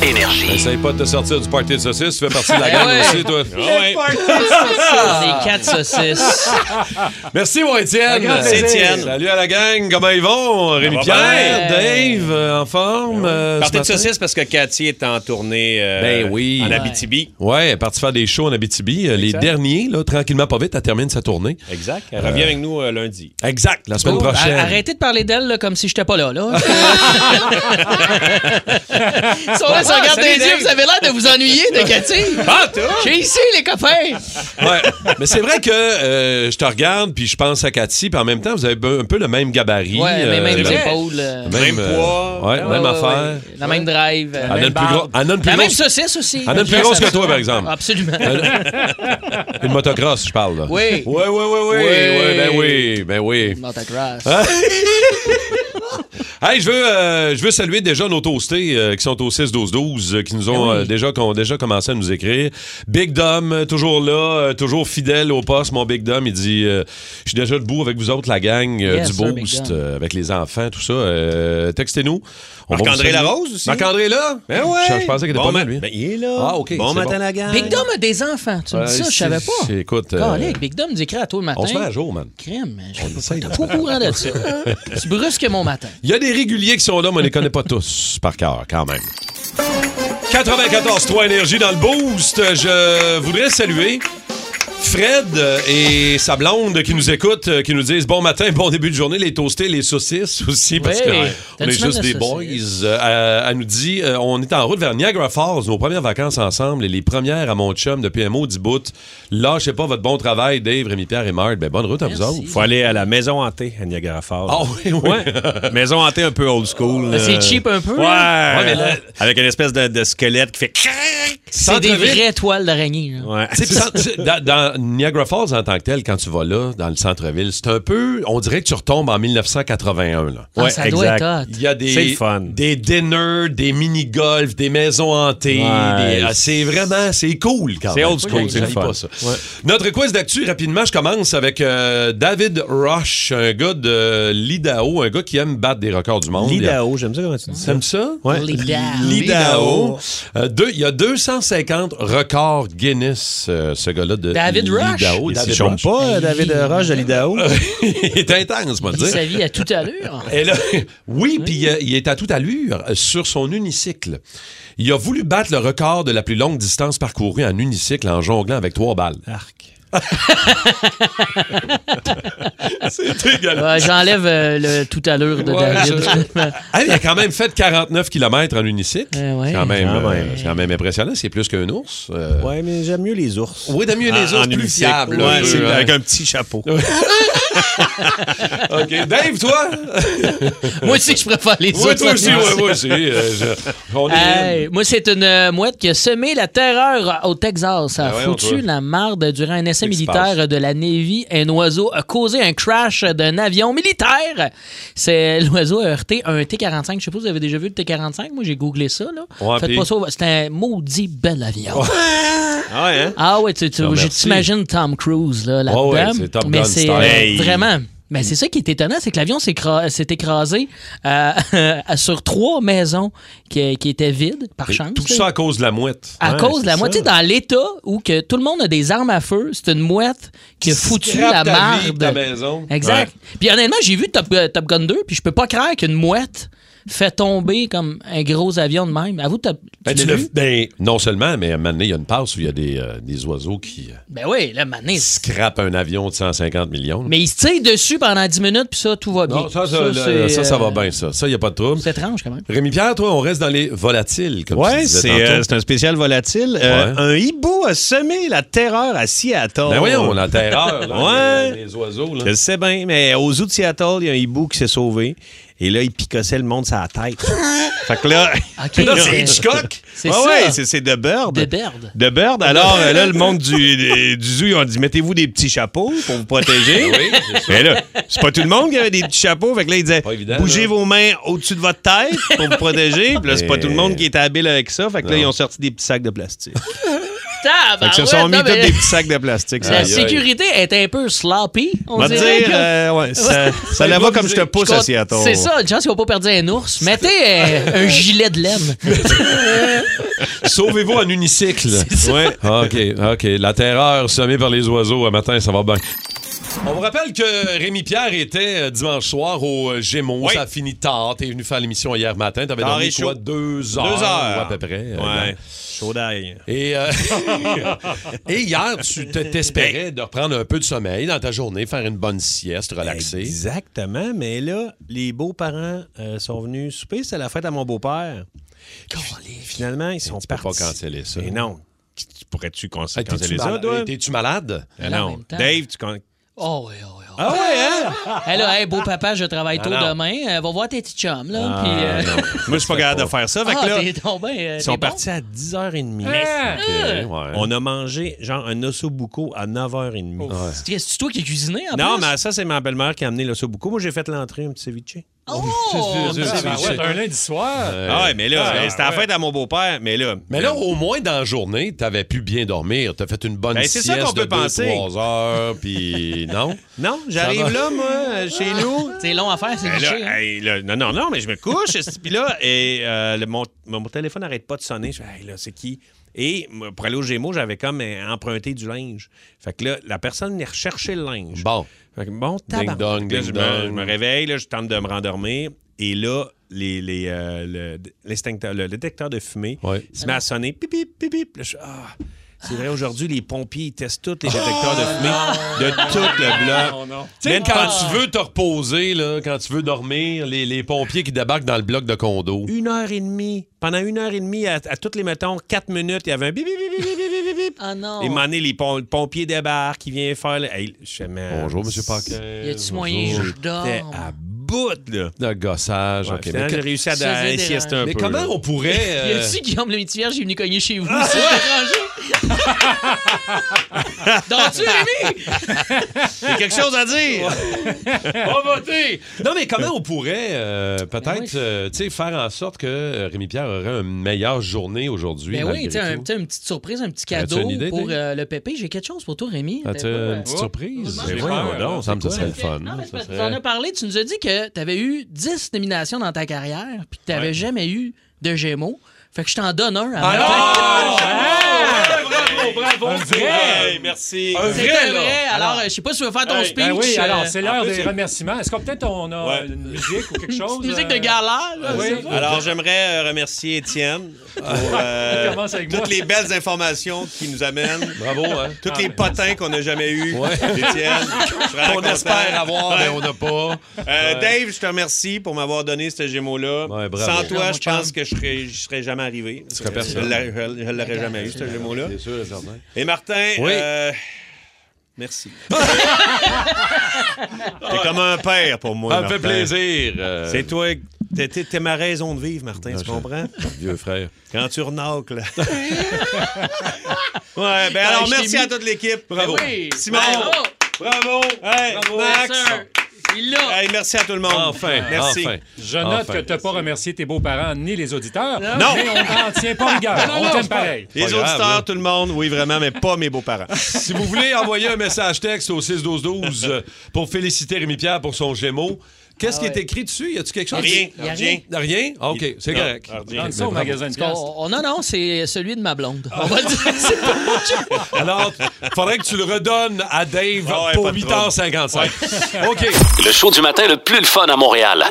Énergie. Essaye pas de te sortir du party de saucisse. Tu fais partie de la gang Eh ouais. aussi, toi. Ah! Les quatre saucisses. Merci, moi, Étienne. grand plaisir. C'est Étienne. Salut à la gang. Comment ils vont? Rémi va Pierre, bien. Dave, euh, en forme. euh, Partez de ce matin? saucisse parce que Cathy est en tournée euh, Ben oui. en Ouais. Abitibi. Ouais, elle est partie faire des shows en Abitibi. Euh, Les derniers, là, tranquillement, pas vite, elle termine sa tournée. Exact. Elle revient avec nous euh, lundi. Exact, la Oh, semaine Ar- prochaine. Arrêtez de parler d'elle là, comme si j'étais pas là. là. Ils sont là, ils se Ah, regardent dans les yeux, vous avez l'air de vous ennuyer de Cathy. J'ai ici, les copains. Ouais. Mais c'est vrai que euh, je te regarde, puis je pense à Cathy, puis en même temps, vous avez be- un peu le même gabarit. Ouais, mais euh, même le- épaules. euh, Même poids. ouais, ouais, même ouais, affaire. ouais. La même drive. euh, Elle en a une plus gros- elle en a une plus La même grosse- saucisse aussi. en a une plus grosse que toi, par exemple. Absolument. Une motocross, je parle. là. Oui. Oui, oui, oui, oui. Oui. Ouais, ben oui, ben oui. Motocross. Hein? Hey, je veux, euh, je veux saluer déjà nos toastés euh, qui sont au 6-12-12, euh, qui nous Ben ont, euh, déjà, qui ont déjà commencé à nous écrire. Big Dom, euh, toujours là, euh, toujours fidèle au poste, mon Big Dom. Il dit euh, Je suis déjà debout avec vous autres, la gang euh, Yes, du sir, Big Boost, Dom. euh, avec les enfants, tout ça. Euh, Textez-nous. On va vous Marc-André saluer. Larose aussi. Marc-André est là Ben ouais. Je, je pensais qu'il était Bon pas là, ma- lui. ben, il est là. Ah, OK, Bon c'est matin, bon. la gang. Big Dom a des enfants. Tu me dis ça, je savais pas. Écoute, euh, Calique, Big Dom nous écrit à toi le matin. on se met à jour, man. Crime, je essaye, suis pas là. au courant de ça. Tu brusques mon matin. Il y a des réguliers qui sont là, mais on les connaît pas tous par cœur, quand même. 94 3 énergie dans le boost. Je voudrais saluer Fred euh, et sa blonde qui nous écoutent, euh, qui nous disent bon matin, bon début de journée, les toastés, les saucisses aussi, parce Ouais. que on T'as une est semaine juste de des boys. saucisses. Euh, elle nous dit euh, on est en route vers Niagara Falls, nos premières vacances ensemble et les premières à mon chum depuis un mot du bout. Lâchez pas votre bon travail, Dave, Rémi Pierre et Marc. Ben, bonne route à vous Merci. autres. Faut aller à la maison hantée à Niagara Falls. Ah oui, oui. Ouais. maison hantée un peu old school. Ben, c'est euh, cheap un peu, Ouais. là. Ouais, mais là- Avec une espèce de, de squelette qui fait. crac. C'est des Centre-ville. vraies toiles d'araignée. là. Ouais. Tu sais, pis sans- tu sais, dans, dans Niagara Falls en tant que tel, quand tu vas là, dans le centre-ville, c'est un peu, on dirait que tu retombes en 1981. Là. Ah, Ouais, ça doit exact. être hot. Il y a C'est des, le fun. des dinners, des mini-golf, des maisons hantées. Ouais. des- ah, c'est vraiment, c'est cool quand C'est même. old school, c'est le J'haïs fun. pas ça. Notre quiz d'actu, rapidement, je commence avec euh, David Rush, un gars de euh, l'Idaho, un gars qui aime battre des records du monde. L'Idaho, j'aime ça comment tu dis Il a- ça. T'aimes ça? Ouais. L'Idaho. L'Idaho. Euh, deux- Il y a 250 records Guinness, euh, ce gars-là de David Rush. l'Idaho. Il David Euh, se chante Rush. pas, euh, David Roche de l'Idaho. il est intense, moi, Il vit dire. sa vie à toute allure. Et là, oui, puis euh, il est à toute allure euh, sur son unicycle. Il a voulu battre le record de la plus longue distance parcourue en unicycle en jonglant avec trois balles. Arc. C'est dégueulasse. Ouais, J'enlève euh, le tout allure de Ouais, David. Hey, il a quand même fait 49 km en unicycle. Eh ouais. C'est quand, même, Quand euh, même. c'est quand même impressionnant. C'est plus qu'un ours. euh. Ouais, mais j'aime mieux les ours. Oui, d'ailleurs, mieux les En- ours, en plus unicycle. fiable. Ouais, un peu, c'est- hein. avec un petit chapeau. OK. Dave, toi? moi aussi, je préfère les Oui, autres. toi aussi, ouais, moi aussi. euh, je- on est- Hey, moi, c'est une euh, mouette qui a semé la terreur au Texas. Ça a Ben voyons, foutu toi. la marde durant un essai Qu'est-ce qui se militaire de la Navy. Un oiseau a causé un crash d'un avion militaire. C'est L'oiseau a heurté un T-45. Je sais pas si vous avez déjà vu le T-45. Moi, j'ai googlé ça. Là. Ouais, Faites puis- pas ça. C'est un maudit bel avion. Ah ouais, hein? Ah ouais, tu, tu, Non, je merci. t'imagine Tom Cruise là, là-dedans. Ouais, ouais, c'est Top mais Gun c'est style. euh, Hey. vraiment. Mais c'est ça qui est étonnant, c'est que l'avion s'est cra- s'est écrasé euh, sur trois maisons qui, qui étaient vides, par chance. Tout là. ça à cause de la mouette. à Ouais, cause de la c'est moitié ça. dans l'État où que tout le monde a des armes à feu, c'est une mouette qui a foutu la Scrape ta vie, marde. ta maison. Exact. Puis honnêtement, j'ai vu Top, euh, Top Gun 2, puis je peux pas croire qu'une mouette fait tomber comme un gros avion de même. Avoue, Top- Ben, tu tu l'as le- vu? ben, non seulement, mais à un moment donné, il y a une passe où il y a des, euh, des oiseaux qui euh, Ben oui, là, mané, scrapent un avion de 150 millions. là. Mais il se tire dessus pendant 10 minutes, puis ça, tout va bien. Non, ça, ça, le- c'est, ça, ça va euh, bien, ça. Ça, il n'y a pas de trouble. C'est étrange, quand même. Rémi-Pierre, toi, on reste dans les volatiles, comme tu Ouais, disais c'est tantôt. euh, c'est un spécial volatile. Euh, Ouais. Un hibou a semé la terreur à Seattle. Ben voyons, on a terreur, là, euh, Ouais. les, les oiseaux. Là. Je le sais bien, mais aux zoo de Seattle, il y a un hibou qui s'est sauvé. Et là, il picossait le monde sur la tête. fait que là, OK. Là, euh, c'est Hitchcock. C'est ouais, ça. Ah, ouais, c'est- c'est The Bird. The Bird. The Bird. Alors euh, là, le monde du, des- du zoo, ils ont dit mettez-vous des petits chapeaux pour vous protéger. Ben Oui, c'est ça. Mais là, c'est pas tout le monde qui avait des petits chapeaux. Fait que là, ils disaient Pas évident, bougez là. vos mains au-dessus de votre tête pour vous protéger. Puis là, c'est pas Mais- tout le monde qui était habile avec ça. Fait que là, Non. ils ont sorti des petits sacs de plastique. Fait Tabarouette, que se sont mis Ah non, tous mais des petits sacs de plastique. La ça. sécurité est un peu sloppy. On Va te dirait, dire, comme- euh, ouais, ça, ça la va comme je te pousse à Seattle. C'est ça, une chance qu'ils n'ont pas perdu un ours. Mettez euh, un gilet de laine. Sauvez-vous en unicycle. Ah, Ouais. OK, OK. La terreur semée par les oiseaux un matin, ça va bien. On vous rappelle que Rémi Pierre était euh, dimanche soir au euh, Gémeaux. Oui. Ça a fini tard. T'es venu faire l'émission hier matin. T'avais Tard dormi et quoi? chaud. Deux Deux heures. heures. ou à peu près. euh, Ouais. hier. Chaud d'ail. Et, euh, et hier, tu te- t'espérais de reprendre un peu de sommeil dans ta journée, faire une bonne sieste, relaxer. Exactement, mais là, les beaux-parents euh, sont venus souper. C'est la fête à mon beau-père. Finalement, ils sont tu peux partis. pas canceller ça. Mais non. Tu- tu- Pourrais-tu cance- Hey, T'es-tu canceller ça, mal- euh, toi? t'es-tu malade? Mais en Ben non. même temps. Dave, tu... con- Oh, oui, oh, oui, oh. Ah ouais, hein? Hey, là, hey, beau papa, je travaille tôt non. demain. Euh, va voir tes petits chums, là. Ah, puis, euh, non. Moi, je suis pas capable de faire ça. Fait que ah, là, t'es Ah. donc ben, euh, ils t'es sont bon. partis à 10h30. Ok, ouais. On a mangé, genre, un osso buco à 9h30. C'est c'est toi qui as cuisiné, en Non, plus? mais ça, c'est ma belle-mère qui a amené l'osso buco. Moi, j'ai fait l'entrée, un petit ceviche. Oh! C'est- c'est- c'est- Ah ouais, un lundi soir. Euh, Ah ouais, mais là, Ah, ben, c'était la fête à mon beau-père, mais là. Mais là, au moins dans la journée, t'avais pu bien dormir. T'as fait une bonne Ben, c'est sieste ça qu'on peut de deux, penser. trois heures, puis non. Non, j'arrive va. là, moi, euh, chez Ah. nous. C'est long à faire, c'est Ben cliché. hein. là, hey, là, non, non, non, mais je me couche. esti, Puis là, et, euh, le- mon, mon téléphone n'arrête pas de sonner. Je fais, hey, là, c'est qui? Et moi, pour aller au Gémeaux, j'avais comme euh, emprunté du linge. Fait que là, la personne venait rechercher le linge. Bon. Fait que bon, Ding tabarnak. dong, Là, ding je, dong. me, je me réveille, là, je tente de me rendormir. Et là, les, les, euh, le, l'extincteur- le détecteur de fumée Ouais. se met à sonner. Pip, pip, pip, pip. Là, je- ah, c'est vrai, aujourd'hui, les pompiers, ils testent tous Oh, les détecteurs de fumée de tout le bloc. Non, non. Tu sais, quand ah. tu veux te reposer, là, quand tu veux dormir, les, les pompiers qui débarquent dans le bloc de condo. une heure et demie. Pendant une heure et demie, à, à toutes les mettons, quatre minutes, il y avait un bip, bip, bip, bip, bip, bip, bip. Ah non. Et mané, les pom- pompiers débarquent, qui vient faire. le- Hey, je fais, man, Bonjour, M. Parker. Euh, Y a-tu moyen, je C'était dors? à bout, là. De gossage. Ouais, ok. finalement, Mais, j'ai réussi à, Ça, à c'est siester un dérangeant. peu. mais comment là. on pourrait. Y euh, a-tu Guillaume le métivier, j'ai venu cogner chez vous, c'est dérangé? Dors-tu, Rémi? Il y a quelque chose à dire? On va voter! euh, Non, mais comment on pourrait euh, Ben oui. peut-être euh, tu sais, faire en sorte que euh, Rémi-Pierre aurait une meilleure journée aujourd'hui? Ben oui, malgré tu sais, un- tout? tu sais, une petite surprise, un petit As-tu cadeau une idée, pour Dave? euh, le pépé. J'ai quelque chose pour toi, Rémi. As-tu T'as pas, euh, une petite surprise? J'ai Ben peur, voyons là. donc, ça me semble que ça serait le fun. Non, mais c'est ça parce que tu en serait- as parlé, tu nous as dit que tu avais eu 10 nominations dans ta carrière, puis que tu n'avais jamais eu de Gémeaux. Fait que je t'en donne un. à Oh, Oh, la fin. Ah, Un vrai. merci. C'était vrai, Alors, euh, je sais pas si tu veux faire ton speech. Ben oui, euh, alors c'est l'heure en plus, des c'est- remerciements. Est-ce qu'on peut-être on a Ouais. une musique ou quelque petite chose? musique de euh, galère. là, oui. c'est ça? Alors, j'aimerais euh, remercier Étienne pour Ah, euh, Il commence avec moi. toutes les belles informations qu'il nous amène. Bravo, hein? Tous les potins qu'on n'a jamais eus d'Étienne. Je suis vraiment On content. espère avoir, mais Ouais. on n'a pas. Euh, Dave, je te remercie pour m'avoir donné ce gémeau-là. Ouais, bravo. Sans Non, toi, mon je pense chum. que je serais, je serais jamais arrivé. serais Je personne. l'a- je je l'aurais jamais eu, ce gémeau-là. sûr, Et Martin, Oui. euh, merci. T'es comme un père pour moi. Ça me fait Martin. plaisir. euh, C'est toi, t'es- t'es t'es ma raison de vivre, Martin, tu je- comprends? vieux frère. Quand tu renacles. ouais, ben alors, je t'ai merci mis- à toute l'équipe. Bravo. Oui. Oh, Ben, oh, Simon. Bravo. Bravo. Hey, Max. Yes, sir. Il l'a. Hey, merci à tout le monde. Enfin, Merci. enfin. Je note Enfin. que tu n'as pas remercié tes beaux-parents ni les auditeurs. Non. Mais on n'en tient pas rigueur. on t'aime pareil. Les Pas grave, auditeurs, là. tout le monde, oui, vraiment, mais pas mes beaux-parents. Si vous voulez envoyer un message texte au 6-12-12 euh, pour féliciter Rémi-Pierre pour son Gémeaux, qu'est-ce Ah qui ouais. est écrit dessus? Y a-tu quelque chose? Rien, Y a rien. rien. Rien? Ah, OK, c'est Non, correct. rien. Donne ça au magasin de On, pièces. on- oh, non, non, c'est celui de ma blonde. On va le dire. C'est pas mon chum. Alors, faudrait que tu le redonnes à Dave Ah ouais, pour pas de 8h55. OK. Le show du matin le plus le fun à Montréal.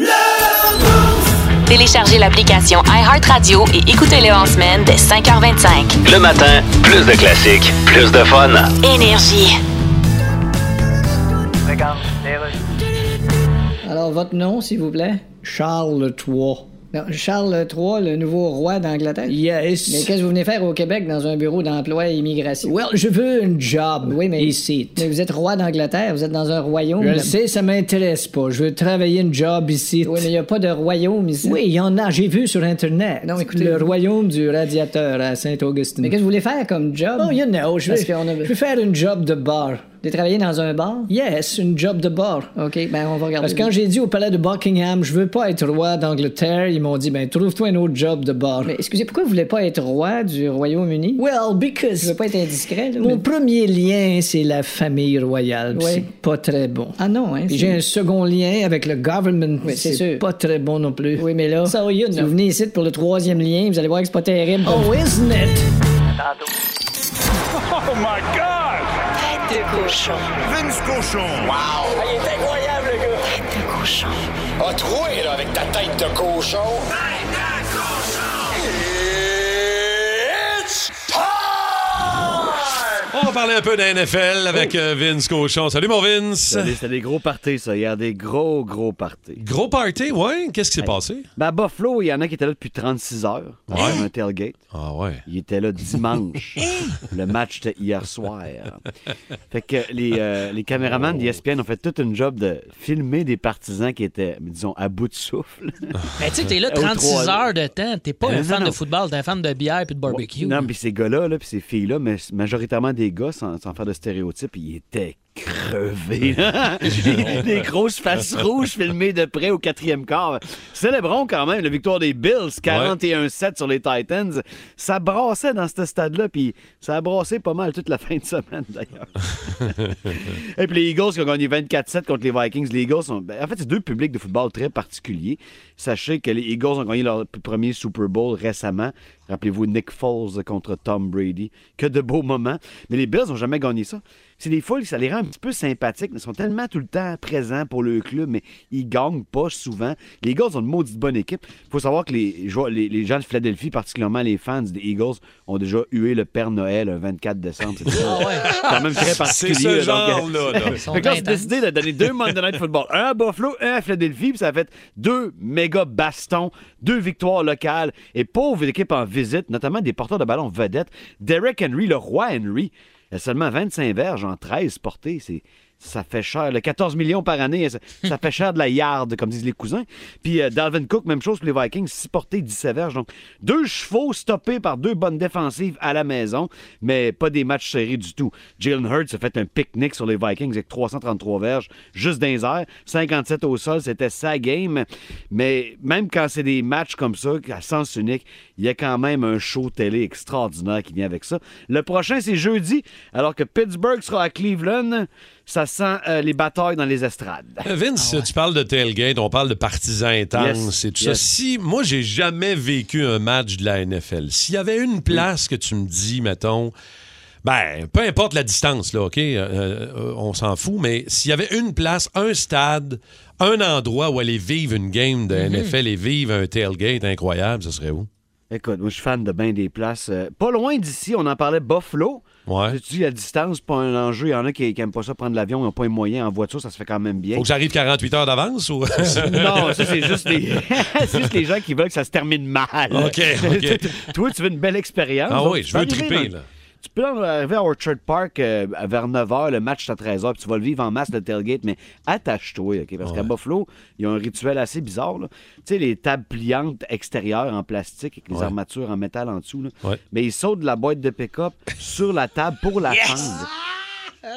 Téléchargez l'application iHeartRadio et écoutez-le en semaine dès 5h25. Le matin, plus de classiques, plus de fun. Énergie. Alors, votre nom, s'il vous plaît? Charles III. Non, Charles III, le nouveau roi d'Angleterre? Yes. Mais qu'est-ce que vous venez faire au Québec dans un bureau d'emploi et immigration? Well, je veux un job. Oui, mais. Ici. Mais vous êtes roi d'Angleterre, vous êtes dans un royaume. Je le sais, ça m'intéresse pas. Je veux travailler un job ici. Oui, mais il n'y a pas de royaume ici. Oui, il y en a, j'ai vu sur Internet. Non, écoutez. Le royaume du radiateur à Saint-Augustin. Mais qu'est-ce que vous voulez faire comme job? Oh, you know, je veux, je veux faire un job de bar. De travailler dans un bar? Yes, une job de bar. OK, ben on va regarder. Parce que quand j'ai dit au palais de Buckingham, je veux pas être roi d'Angleterre, ils m'ont dit, ben trouve-toi un autre job de bar. Mais excusez, pourquoi vous voulez pas être roi du Royaume-Uni? Well, because. Je veux pas être indiscret, Mon premier lien, c'est la famille royale. C'est pas très bon. Ah non, hein? J'ai un second lien avec le government. c'est sûr. Pas très bon non plus. Oui, mais là. So you Si vous venez ici pour le troisième lien, vous allez voir que c'est pas terrible. Oh, isn't it? Tête de cochon. Ah, il est incroyable, le gars! Tête de cochon. A troué, là, avec ta tête de cochon! It's time! On va parler un peu de la NFL avec euh, Vince Cochon. Salut mon Vince. C'était c'était des gros parties, ça. Il y a des gros, gros parties. Gros party, ouais. Qu'est-ce qui s'est passé? Ben, à Buffalo, il y en a qui étaient là depuis 36 heures. Hein? On avait un tailgate. Ah ouais. Il était là dimanche. le match était hier soir. Fait que les, euh, les caméramans d'ESPN ont fait toute une job de filmer des partisans qui étaient, disons, à bout de souffle. Mais tu sais, t'es là Au 36 trois- heures de temps. T'es pas Non, un non, fan de non. football, t'es un fan de bière et de barbecue. Non, puis ces gars-là, là, puis ces filles-là, mais majoritairement des gars, sans, sans faire de stéréotypes, ils étaient crevés. là. Des- des grosses faces rouges filmées de près au quatrième quart. Célébrons quand même la victoire des Bills, 41-7 sur les Titans. Ça brassait dans ce stade-là, puis ça a brassé pas mal toute la fin de semaine, d'ailleurs. Et puis les Eagles qui ont gagné 24-7 contre les Vikings. Les Eagles sont. ben, En fait, c'est deux publics de football très particuliers. Sachez que les Eagles ont gagné leur p- premier Super Bowl récemment. Rappelez-vous Nick Foles contre Tom Brady. Que de beaux moments. Mais les Bills n'ont jamais gagné ça. C'est des foules, ça les rend un petit peu sympathiques. Ils sont tellement tout le temps présents pour le club, mais ils gagnent pas souvent. Les Eagles ont une maudite bonne équipe. Il faut savoir que les, joueurs- les, les gens de Philadelphie, particulièrement les fans des Eagles, ont déjà hué le Père Noël le 24 décembre. C'est Ah ouais. quand même très particulier. C'est ce là, donc, euh, genre-là. là. Ils sont fait que là, on a intenses. décidé de donner deux Monday Night Football. Un à Buffalo, un à Philadelphie. Puis ça a fait deux méga bastons, deux victoires locales. Et pauvre équipe en visite, notamment des porteurs de ballon vedettes. Derek Henry, le roi Henry, a seulement 25 verges en 13 portées. C'est... Ça fait cher, le 14 millions par année, ça, ça fait cher de la yard, comme disent les cousins. Puis euh, Dalvin Cook, même chose pour les Vikings, 6 portées, 17 verges. Donc, deux chevaux stoppés par deux bonnes défensives à la maison, mais pas des matchs serrés du tout. Jalen Hurts a fait un pique-nique sur les Vikings avec 333 verges, juste d'un air. 57 au sol, c'était sa game. Mais même quand c'est des matchs comme ça, à sens unique, il y a quand même un show télé extraordinaire qui vient avec ça. Le prochain, c'est jeudi, alors que Pittsburgh sera à Cleveland. Ça sent euh, les batailles dans les estrades. Euh, Vince, tu parles de tailgate, on parle de partisans intenses Yes, et tout ça. yes. Si moi, j'ai jamais vécu un match de la NFL, s'il y avait une place que tu me dis, mettons, ben, peu importe la distance, là, OK, euh, euh, on s'en fout, mais s'il y avait une place, un stade, un endroit où aller vivre une game de NFL et vivre un tailgate incroyable, ce serait où? Écoute, moi, je suis fan de bien des places. Euh, pas loin d'ici, on en parlait Buffalo. Ouais. Tu dis, la distance, pas un enjeu. Il y en a qui n'aiment pas ça, prendre l'avion, ils n'ont pas les moyens. En voiture, ça se fait quand même bien. Faut que j'arrive 48 heures d'avance ou. Non, ça, c'est juste, les... c'est juste les gens qui veulent que ça se termine mal. OK, OK. Toi, tu veux une belle expérience. Ah Donc, oui, tu je peux veux arriver triper, dans- là. Tu peux arriver à Orchard Park euh, vers 9 h, le match c'est à 13 h, puis tu vas le vivre en masse, le tailgate, mais attache-toi, OK? Parce qu'à Buffalo, ils ont un rituel assez bizarre, là. Tu sais, les tables pliantes extérieures en plastique avec les armatures en métal en dessous, là. Ouais. Mais ils sautent de la boîte de pick-up sur la table pour la fendre.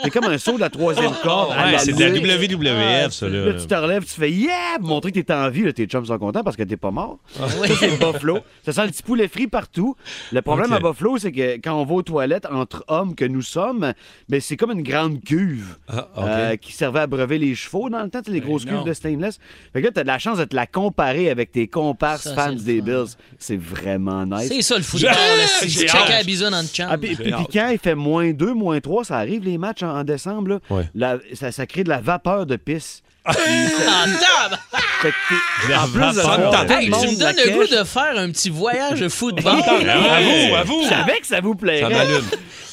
C'est comme un saut de la troisième Oh! corde. à Ouais, la c'est de la lutte. WWF, ça, là. Là, tu te euh, relèves, tu fais yeah! pour montrer que t'es en vie, là, tes chums sont contents parce que t'es pas mort. Ah. Ça, c'est Buffalo. Ça sent le petit poulet frit partout. Le problème Ok. à Buffalo, c'est que quand on va aux toilettes entre hommes que nous sommes, ben, c'est comme une grande cuve Ah, ok. Ben euh, qui servait à breuver les chevaux dans le temps, tu sais, les grosses non. cuves de stainless. Fait que là, t'as de la chance de te la comparer avec tes comparses Ça, c'est fans le des fun. Bills. C'est vraiment nice. C'est ça le football. là, si tu J'ai checkais hâte. la bisoune en chambre. Ah, puis, puis quand il fait moins 2, moins 3, ça arrive les matchs en, en décembre, là. Ouais. La- ça, ça crée de la vapeur de pisse. Ah, dame! Fait que t'es- La en plus de vapeur ça, de t'as tout Hey, le tu me monde la donnes le cache. goût de faire un petit voyage de football. À vous, à vous! Je savais que ça vous Ça plairait. m'allume.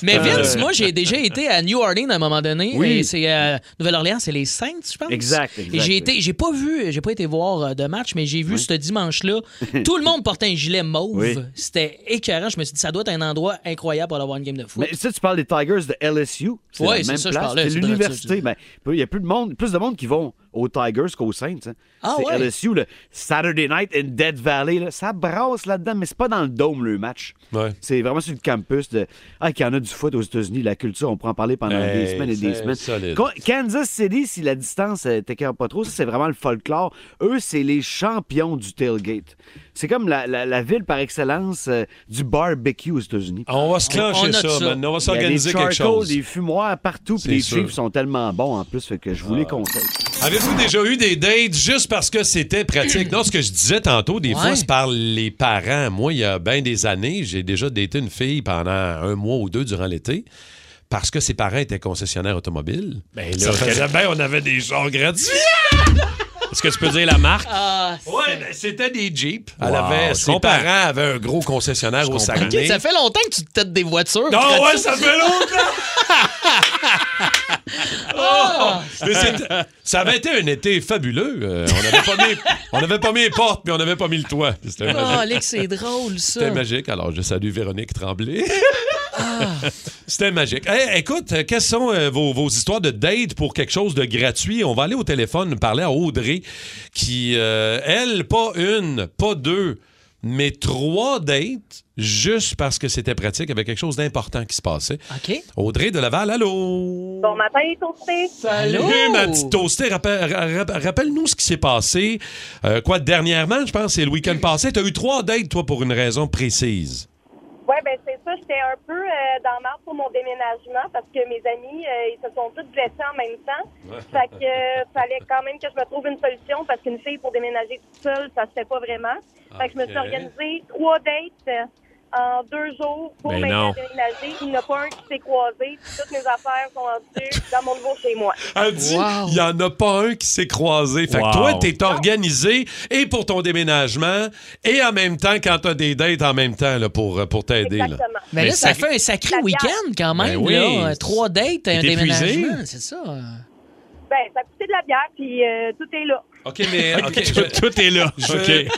Mais Vince, Euh. moi, j'ai déjà été à New Orleans à un moment donné. Oui. Et c'est euh, Nouvelle-Orléans, c'est les Saints, je pense. Exact, exact, Et j'ai oui. été, j'ai pas vu, j'ai pas été voir euh, de match, mais j'ai vu ce dimanche-là, tout le monde portait un gilet mauve. Oui. C'était écœurant. Je me suis dit, ça doit être un endroit incroyable pour avoir une game de foot. Mais ça, tu parles des Tigers de LSU. C'est Ouais, la c'est même ça, je place. parlais, C'est c'est pas là-dessus, l'université. tu- Ben, Il y a plus de monde, plus de monde qui vont aux Tigers qu'aux Saints. hein. Ah c'est ouais? LSU, le Saturday Night in Dead Valley. là. Ça brasse là-dedans, mais c'est pas dans le dôme, le match. Ouais. C'est vraiment sur le campus de. Ah, qu'il y en a du foot aux États-Unis, la culture, on pourra en parler pendant Hey, des semaines et des c'est semaines. solide. Con- Kansas City, si la distance euh, t'écœure pas trop, ça, c'est vraiment le folklore. Eux, c'est les champions du tailgate. C'est comme la, la- la ville par excellence euh, du barbecue aux États-Unis. On va se clencher On note ça, ça. man. On va Il y a des s'organiser quelque charcoals, chose. des fumoirs partout, C'est puis les sûr. Ah. chiffres sont tellement bons en plus fait que je vous les conseille. Avez-vous déjà eu des dates juste parce que c'était pratique? Non, ce que je disais tantôt, des fois, Ouais. c'est par les parents. Moi, il y a bien des années, j'ai déjà daté une fille pendant un mois ou deux durant l'été parce que ses parents étaient concessionnaires automobiles. Ben Ça là, faisait bien, on avait des chars gratuits. est-ce que tu peux dire la marque? Ah, c'est- Ouais, ben, c'était des Jeeps. Elle Wow, avait, je ses comprends. parents avaient un gros concessionnaire Je au comprends. Saguenay. ça fait longtemps que tu te têtes des voitures. Non, Ah Gratuit. ouais, ça fait longtemps! Oh! Mais c'était- ça avait été un été fabuleux. Euh, on n'avait pas, mis- on avait pas mis les portes, puis on n'avait pas mis le toit. C'était Ah, magique. Alex, c'est drôle, ça. C'était magique. Alors, je salue Véronique Tremblay. C'était magique. Hey, écoute, euh, quelles sont euh, vos, vos histoires de date pour quelque chose de gratuit? On va aller au téléphone parler à Audrey, qui, euh, elle, pas une, pas deux, mais trois dates, juste parce que c'était pratique, avec quelque chose d'important qui se passait. OK. Audrey de Laval, allô? Bon matin, toasté. Allô? Salut, ma petite toastée. Rappel- ra- ra- Rappelle-nous ce qui s'est passé. Euh, quoi, dernièrement, je pense, c'est le week-end passé. Tu as eu trois dates, toi, pour une raison précise. Ouais, ben c'est ça. J'étais un peu euh, dans le marre pour mon déménagement parce que mes amis, euh, ils se sont tous blessés en même temps. Fait que euh, fallait quand même que je me trouve une solution parce qu'une fille pour déménager toute seule, ça se fait pas vraiment. Fait que je me suis Ok. organisée trois dates euh, en deux jours pour Ben m'aider non. à déménager. Il n'y en a pas un qui s'est croisé. Toutes mes affaires sont rendues dans mon nouveau chez moi. Elle dit, il Wow. n'y en a pas un qui s'est croisé. Fait Wow. que toi, t'es organisé et pour ton déménagement et en même temps quand t'as des dates en même temps là, pour, euh, pour t'aider. là. Exactement. Mais, Mais là, ça ça- fait un sacré Ça week-end quand même. Ben oui. là. Euh, Trois dates, un T'es épuisé? déménagement, c'est ça. Ben, ça a coûté de la bière, puis euh, tout est là. OK, mais OK, Tout, je, tout est là. je- OK.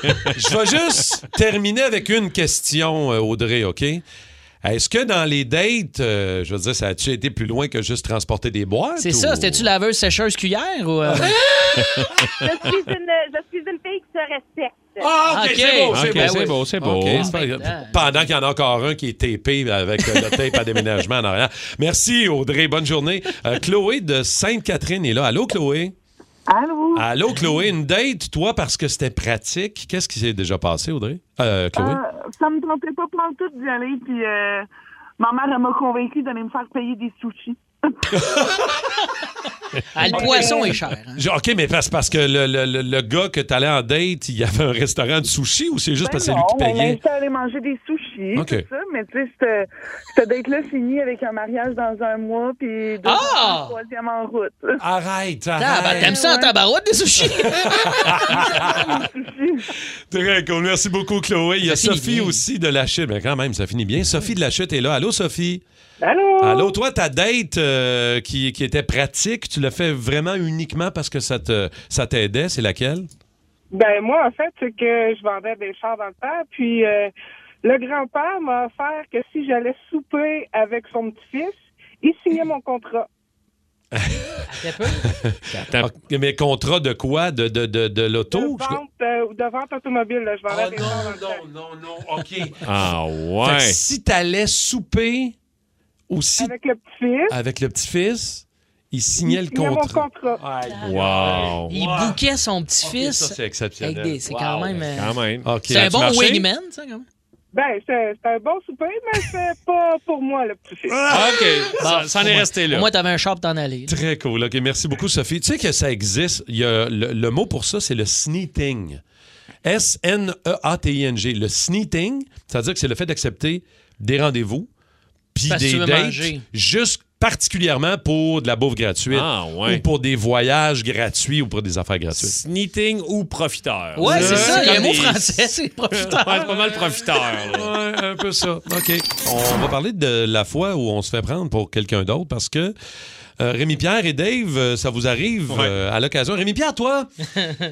je vais juste terminer avec une question, euh, Audrey, OK? Est-ce que dans les dates, euh, je veux dire, ça a-tu été plus loin que juste transporter des boîtes? C'est ou- ça, c'était-tu laveuse, sécheuse, cuillère ou... euh, Je suis une, je suis une fille qui se respecte. Ah, OK, OK. c'est beau, c'est OK, beau. c'est beau, c'est beau. OK, c'est pas- Maintenant. Pendant qu'il y en a encore un qui est tapé avec euh, le tape à déménagement en arrière. Merci, Audrey. Bonne journée. Euh, Chloé de Sainte-Catherine est là. Allô, Chloé? Allô? Allô, Chloé. Une date, toi, parce que c'était pratique. Qu'est-ce qui s'est déjà passé, Audrey? Euh, Chloé? Euh, ça me tentait pas pantoute d'y aller, puis euh, ma mère, elle m'a convaincue d'aller me faire payer des sushis. Ah, le poisson est cher. hein. Je- OK, mais parce, parce que le, le- le- le gars que t'allais en date, il y avait un restaurant de sushi ou c'est juste parce que c'est lui qui Ben on m'a payait? invité à aller manger des sushis, Ok. tout ça, mais tu sais, cette- cette date-là finit avec un mariage dans un mois, puis deux Ah! enfants, troisième en route. Arrête, Ah, ben, arrête. T'aimes ça en tabarouette, des sushis? Très cool. Merci beaucoup, Chloé. Il y a Ça finit Sophie bien. Ah aussi de la chute. Mais quand même, ça finit bien. Sophie de la chute est là. Allô, Sophie? Allô? Allô, toi, ta date euh, qui, qui était pratique, tu l'as fait vraiment uniquement parce que ça te ça t'aidait, c'est laquelle? Ben moi, en fait, c'est que je vendais des chars dans le temps, puis euh, le grand-père m'a offert que si j'allais souper avec son petit-fils, il signait mon contrat. Attends, Ok, mais contrat de quoi? De, de, de, de De l'auto? vente, euh, de vente automobile, là, je vendais des chars dans le temps. Oh, non, non, OK. Ah Fait que ouais. si t'allais souper ou si avec, Avec le petit-fils, le petit-fils, il signait le il signait mon contrat. contrat. Wow. Il Wow. bouquait son OK, petit-fils. ça, c'est avec exceptionnel. des- c'est quand Wow. même... euh, Quand même. OK. C'est un Ça a-tu bon marché? wingman, ça, quand même. Ben, c'est c'est un bon souper, mais c'est pas pour moi, le petit-fils. Ah, OK. Ça, ça en est resté là. Pour moi, t'avais un shop t'en aller. là. Très cool. OK, merci beaucoup, Sophie. Tu sais que ça existe. Il y a le, le mot pour ça, c'est le sneeting. E S-N-E-A-T-I-N-G. Le sneeting, c'est-à-dire que c'est le fait d'accepter des rendez-vous, puis Parce que tu des veux dates, manger. juste particulièrement pour de la bouffe gratuite Ah ou ouais. pour des voyages gratuits ou pour des affaires gratuites. Sneating ou profiteur. Ouais, c'est Euh, ça. Il y a un comme mot des- français, c'est profiteur. Ouais, c'est pas mal profiteur. là. un peu ça. OK. On va parler de la fois où on se fait prendre pour quelqu'un d'autre parce que Euh, Rémi-Pierre et Dave, euh, ça vous arrive euh, à l'occasion. Rémi-Pierre, toi,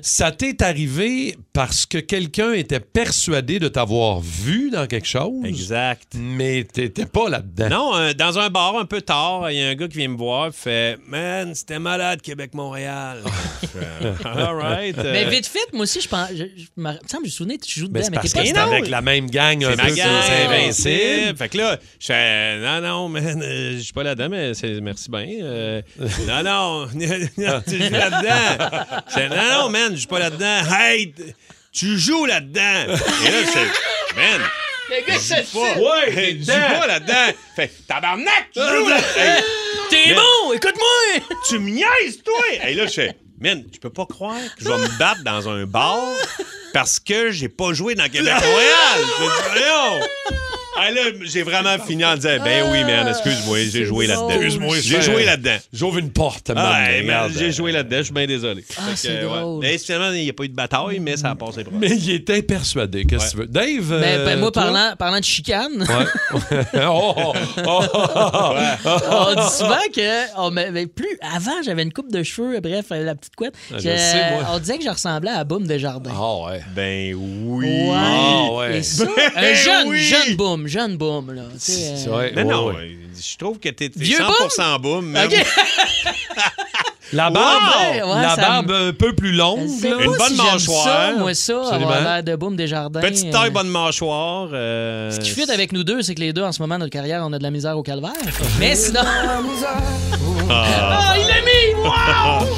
ça t'est arrivé parce que quelqu'un était persuadé de t'avoir vu dans quelque chose. Exact. Mais t'étais pas là-dedans. Non, euh, dans un bar un peu tard, il y a un gars qui vient me voir, fait Man, c'était malade Québec-Montréal. Oh, Je fais, All right. euh, Mais vite fait, moi aussi, je pense. Je, je, me- il me semble, je me souvenais, tu joues Mais dedans, c'est mais parce t'es que pas c'est dedans. avec la même gang un C'est ma peu gang, c'est invincible. Fait que là, je fais, non, non, man, euh, je suis pas là-dedans, mais c'est, merci bien. Euh, non, non, non, tu joues là-dedans. Je fais, non, non, man, je suis pas là-dedans. Hey, t- tu joues là-dedans. Et là, c'est, man. Les gars, je joue pas. Ouais, je joue pas là-dedans. Fait, tabarnak, Ah, tu joues là-dedans. T'es bon, écoute-moi. Tu me niaises, toi. Et là, je fais, man, je peux pas croire que je vais me battre dans un bar parce que j'ai pas joué dans Québec-Montréal. Je dis, voyons. Ah, là, j'ai vraiment fini en disant, ben oui, man, excuse-moi, j'ai joué là-dedans. Excuse-moi, je j'ai fais- joué là-dedans. J'ouvre une porte. man, Ah, ouais, man, regarde. j'ai joué là-dedans, je suis bien désolé. Fait que, Ah, c'est ouais. drôle. Mais finalement, il n'y a pas eu de bataille, mais ça a passé proche. Mais il était persuadé. Qu'est-ce que tu veux? Dave. Mais euh, ben, moi, toi? parlant, parlant de chicane, Ouais. oh, oh, oh, oh, oh. on dit souvent que. oh, mais, mais plus avant, j'avais une coupe de cheveux, bref, euh, la petite couette. Ah, je que- sais, moi. on disait que je ressemblais à Boom Desjardins. Ah, ouais. Ben oui. Ouais. Ah, ouais. Et ça, un Ben jeune, oui. jeune boom, jeune boom, là. tu sais, C'est euh, vrai, Mais ouais, Ben non, ouais. je trouve que t'es t'es Vieux 100% boom. même. OK. La barbe, Ouais, ouais, la ça barbe un peu plus Je longue. sais là. pas Une si bonne j'aime mâchoire. hein. Ça, moi, ça, avoir Absolument. l'air de boom Desjardins. Petite taille, bonne mâchoire. euh, Ce qui fuite avec nous deux, c'est que les deux, en ce moment, notre carrière, on a de la misère au calvaire. Mais sinon. Ah, il l'a mis! Wow!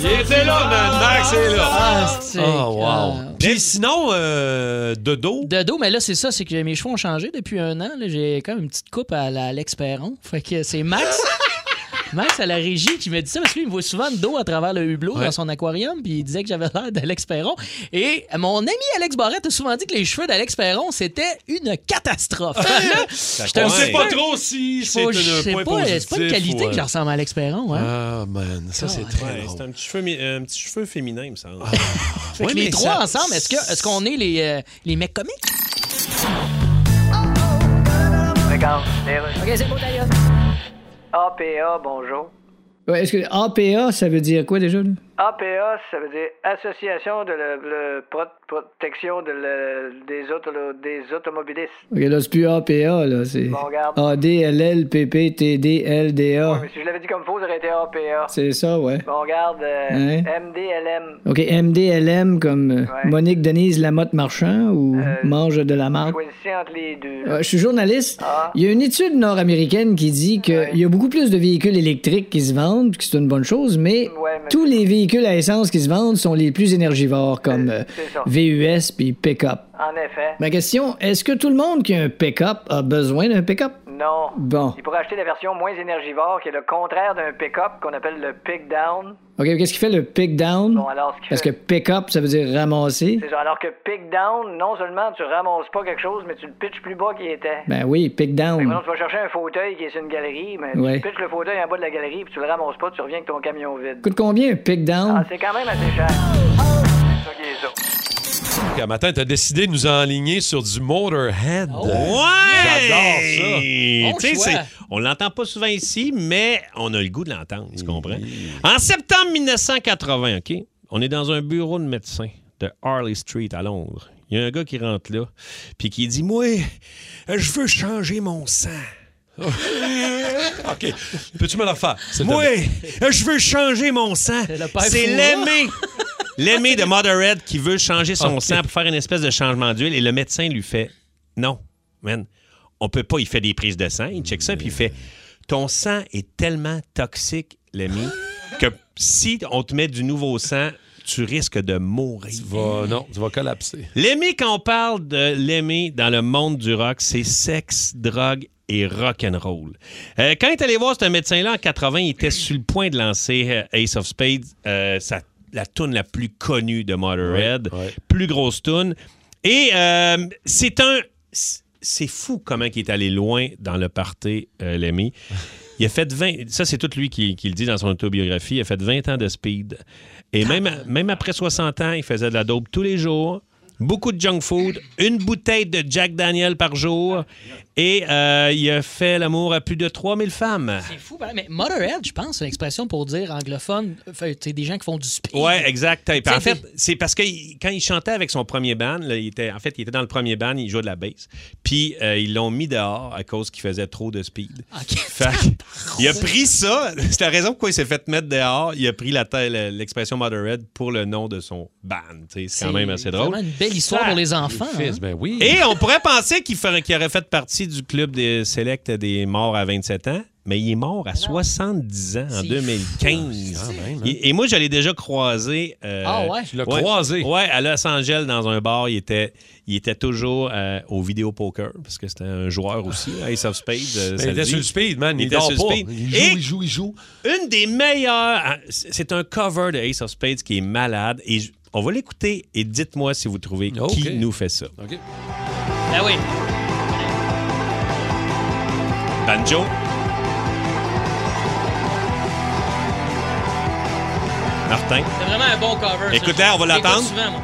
Il était là, man. Max est là. Ah, c'est- Oh, ah. wow. Puis sinon, euh, de dos. De dos, mais là, c'est ça, c'est que mes cheveux ont changé depuis un an. là. J'ai comme une petite coupe à l'Alex Perron. Fait que c'est Max. Max à la régie qui me dit ça parce qu'il me voit souvent de dos à travers le hublot Ouais. dans son aquarium puis il disait que j'avais l'air d'Alex Perron et mon ami Alex Barrette a souvent dit que les cheveux d'Alex Perron c'était une catastrophe. Là, j'étais un On Ouais. sait petit pas peu- trop si c'est Faut- un Oh, je sais point pas, positif. c'est pas une qualité ou, euh, que je ressemble à Alex Perron hein. Ah, man, ça, c'est très Ouais, long. c'est un petit cheveu, mi- euh, un petit cheveu féminin, il me semble. Fait que Ouais, les mais trois ça- ensemble, est-ce que est-ce qu'on est les euh, les mecs comiques OK, c'est bon, d'ailleurs. APA, bonjour. Ouais, est-ce que APA, ça veut dire quoi déjà? là? APA, ça veut dire Association de la le pro- protection de la- des, auto- des automobilistes. OK, là, c'est plus APA, là, c'est Bon, regarde. Ouais, A-D-L-L-P-P-T-D-L-D-A. mais si je l'avais dit comme faux, ça aurait été APA. C'est ça, ouais. Bon, regarde, euh, Hein? MDLM. OK, MDLM comme euh, Monique Denise Lamotte Marchand ou Euh, Mange de la marque? Choisissez entre les deux. Euh, je suis journaliste. Ah. Il y a une étude nord-américaine qui dit qu'il y a beaucoup plus de véhicules électriques qui se vendent, puis que c'est une bonne chose, mais, tous les véhicules à essence qui se vendent sont les plus énergivores, comme euh, c'est ça. VUS puis pick-up. En effet. Ma question, est-ce que tout le monde qui a un pick-up a besoin d'un pick-up? Non. Bon. Il pourrait acheter la version moins énergivore, qui est le contraire d'un pick-up qu'on appelle le pick-down. OK, qu'est-ce qui fait le pick-down? Bon, alors, ce qui Parce que fait- pick-up, ça veut dire ramasser. C'est ça. Alors que pick-down, non seulement tu ramasses pas quelque chose, mais tu le pitches plus bas qu'il était. Ben oui, Fait que pick-down. maintenant, tu vas chercher un fauteuil qui est sur une galerie, mais Ouais. tu pitches le fauteuil en bas de la galerie, puis tu le ramasses pas, tu reviens avec ton camion vide. Coûte combien un pick-down? Ah, c'est quand même assez cher. C'est ça qui est ça. Un matin, t'as décidé de nous enligner sur du Motorhead. Ah Ouais! Bon Tu sais, choix. c'est- on l'entend pas souvent ici, mais on a le goût de l'entendre, tu comprends? En septembre 1980, OK, on est dans un bureau de médecin de Harley Street à Londres. Il y a un gars qui rentre là, puis qui dit Moi, je veux changer mon sang. OK. Peux-tu me le refaire? s'il te Moi, plaît? je veux changer mon sang. C'est le père C'est Fouras. l'aimé. L'aimé de Motherhead qui veut changer son Ok. sang pour faire une espèce de changement d'huile. Et le médecin lui fait Non, man, on peut pas. Il fait des prises de sang. Il check ça. Puis il fait Ton sang est tellement toxique, l'ami, que si on te met du nouveau sang, tu risques de mourir. Tu vas, non, tu vas collapser. L'aimé, quand on parle de l'aimé dans le monde du rock, c'est sexe, drogue et rock'n'roll. Euh, quand il est allé voir ce médecin-là en 80, il était sur le point de lancer euh, Ace of Spades, euh, sa- la toune la plus connue de Motorhead, Ouais, ouais. plus grosse toune. Et euh, c'est un... C'est fou comment il est allé loin dans le party, euh, l'aimé. Il a fait 20... Ça, c'est tout lui qui, qui le dit dans son autobiographie. Il a fait 20 ans de speed. Et même, même après 60 ans, il faisait de la dope tous les jours. beaucoup de junk food, une bouteille de Jack Daniel par jour et euh, il a fait l'amour à plus de 3000 femmes. Fou, pareil. mais Motorhead, je pense, c'est une expression pour dire anglophone, fait, tu sais, des gens qui font du speed. Ouais, exact. Et puis, en T'sais, fait, c'est parce que il- quand il chantait avec son premier band, là, il était, en fait, il était dans le premier band, il jouait de la bass. Puis euh, ils l'ont mis dehors à cause qu'il faisait trop de speed. Fait que, il a pris ça. C'est la raison pourquoi il s'est fait mettre dehors. Il a pris la ta- la- l'expression Motherhead pour le nom de son band. Tu sais, C'est quand même assez drôle. vraiment une belle histoire pour les enfants. hein. ben Et on pourrait penser qu'il ferait- qu'il aurait fait partie du club des select des morts à 27 ans, mais il est mort à 70 ans en C'est 2015. fou, quand même, hein. Et, et moi, je l'ai déjà croisé. euh, Ah ouais? Tu l'as croisé? Ouais, à Los Angeles, dans un bar. Il était, il était toujours euh, au vidéo poker, parce que c'était un joueur aussi, là, Ace of Spades. euh, Mais ça Ben, il était dit. sur le speed, man. Il était dort sur le pas. speed. Il joue, Et il joue, il joue. une des meilleures. ah, C'est un cover de Ace of Spades qui est malade. Et je- on va l'écouter et dites-moi si vous trouvez qui nous fait ça. Ben oui. Banjo. Martin. C'est vraiment un bon cover. ça. Écoute, là, on va Je l'écoute l'attendre. souvent, moi.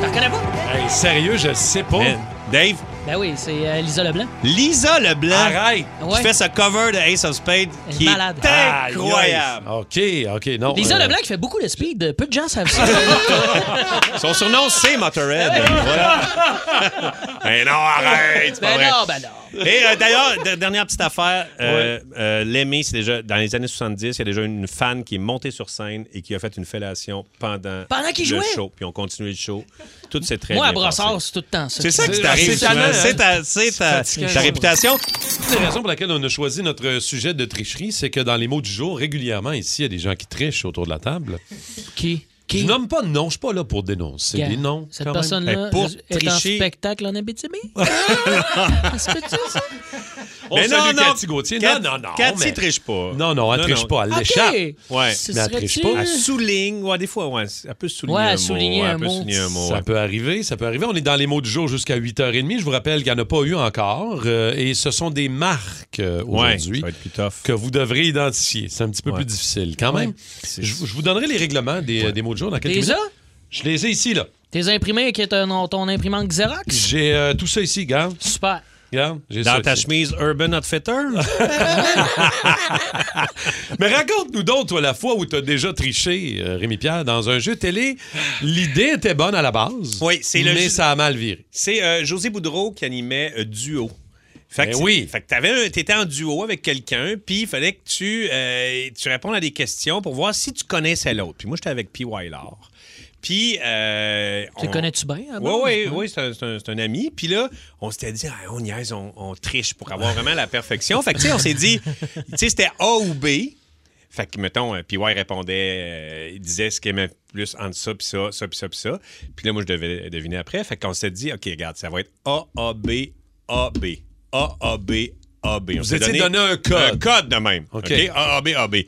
T'en reconnais pas? Hey, sérieux, je le sais Oh. pas. Dave? Ben oui, c'est euh, Lisa Leblanc. Lisa Leblanc. Arrête. Qui Ouais. fait ce cover de Ace of Spades Elle est qui malade. est incroyable. OK, OK, non. Lisa euh, Leblanc qui fait beaucoup de speed. euh, Peu de gens savent ça. Son surnom, c'est Motorhead. voilà. Mais non, arrête! c'est pas Ben vrai. non, ben non. Et euh, d'ailleurs, de- dernière petite affaire, euh, euh, Lemmy, c'est déjà dans les années 70, il y a déjà une fan qui est montée sur scène et qui a fait une fellation pendant, Pendant qu'il le jouait? show. Puis on continue le show. Tout s'est très Moi, à bien passé. Brossard, c'est tout le temps ça. C'est ça qui t'arrive. C'est tannant, souvent. hein? C'est ta, c'est ta, fatigant. ta réputation. Une des raisons pour laquelle on a choisi notre sujet de tricherie, c'est que dans les mots du jour, régulièrement ici, il y a des gens qui trichent autour de la table. Qui? Je nomme pas de nom, je suis pas là pour dénoncer Gars, des noms. Cette quand même. personne-là Ben, Hey, pour est en tricher, spectacle en Abitibi. Est-ce que tu ça? on Mais salue non, non. Cathy Gauthier. Cat- non, non, non. Cathy mais- triche pas. Non, non, elle Non, triche non. pas, elle Ok. l'échappe. Ouais. Ce Mais elle serait-tu- triche pas. Elle souligne. Ouais, des fois, ouais, elle peut souligner Ouais, un souligner mot. un elle peut mot. souligner un mot. Ça ouais. peut arriver, ça peut arriver. On est dans les mots du jour jusqu'à 8h30. Je vous rappelle qu'il n'y en a pas eu encore. euh, et ce sont des marques euh, Ouais, aujourd'hui ça va être plus tough. que vous devrez identifier. C'est un petit peu plus difficile. Quand même, je, je vous donnerai les règlements des, des mots du jour dans quelques T'es ça? minutes. Je les ai ici, là. Tes imprimés qui est ton, ton imprimante Xerox? J'ai euh, tout ça ici, regarde. Super. Regarde, j'ai ça Dans ta ici. chemise Urban Outfitter? Mais raconte-nous donc, toi, la fois où tu as déjà triché, euh, Rémi-Pierre, dans un jeu télé. L'idée était bonne à la base. Oui, c'est le Mais jeu- ça a mal viré. C'est euh, José Boudreau qui animait euh, Duo. Fait que Ben c'est- oui. Fait que t'avais un- t'étais en duo avec quelqu'un, puis il fallait que tu, euh, tu répondes à des questions pour voir si tu connaissais l'autre. Puis moi, j'étais avec P. Wylar. Puis. euh, Tu on- connais-tu bien? hein, à Ah, Oui, base? oui, oui, c'est un, c'est un- c'est un ami. Puis là, on s'était dit, Ah, on niaise, on, on triche pour avoir vraiment la perfection. Fait que, tu sais, on s'est dit, tu sais, c'était A ou B. Fait que, mettons, euh, PY répondait, euh, il disait ce qu'il aimait plus entre ça, puis ça, ça, puis ça, puis ça. Puis là, moi, je devais deviner après. Fait qu'on s'est dit, OK, regarde, ça va être A, A, B, A, B. A, A, B, A, B. On Vous s'est étiez donné un code. Un code de même. OK. OK. A, A, B, A, B.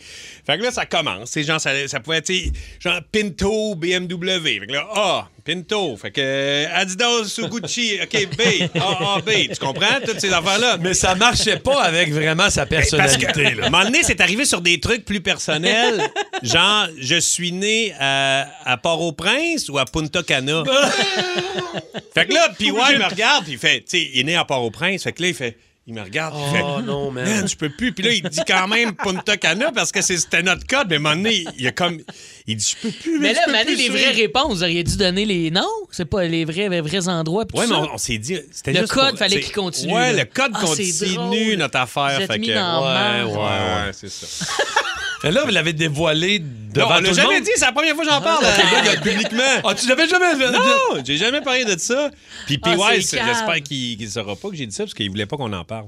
Fait que là, ça commence. C'est genre, ça, ça pouvait être, tu sais, genre Pinto, BMW. Fait que là, A, Pinto. Fait que euh, Adidas, Suguchi. OK, B, A, A, B. Tu comprends toutes ces affaires-là? Ben, Mais ça marchait pas avec vraiment sa Parce personnalité. que, à un là. moment donné, c'est arrivé sur des trucs plus personnels. genre, je suis né à, à Port-au-Prince ou à Punta Cana. fait que là, PY me regarde, puis il fait, tu sais, il est né à Port-au-Prince. Fait que là, il fait, il me regarde, il fait, Oh non, man. Man, je peux plus. Puis là, il dit quand même Punta Cana parce que c'est- c'était notre code. Mais à un moment donné, il a comme. Il dit, je peux plus. Mais man, là, je peux Mané, plus les suivre. vraies réponses, vous auriez dû donner les noms. C'est pas les vrais, les vrais endroits. puis tout Ouais, mais ça. on, on s'est dit. c'était Le juste code, pour- fallait c'est- qu'il continue, Ouais, là. le code Ah, c'est drôle. continue notre affaire. Vous êtes fait mis que- dans la ouais, merde. ouais, ouais, c'est ça. Mais là, vous l'avez dévoilé devant Non, on tout l'a le jamais monde. dit, c'est la première fois que j'en parle. euh, publiquement. Ah, tu l'avais jamais fait? Non, j'ai jamais parlé de ça. Puis Ah, PY, c'est c'est- cave. j'espère qu'il ne saura pas que j'ai dit ça parce qu'il voulait pas qu'on en parle.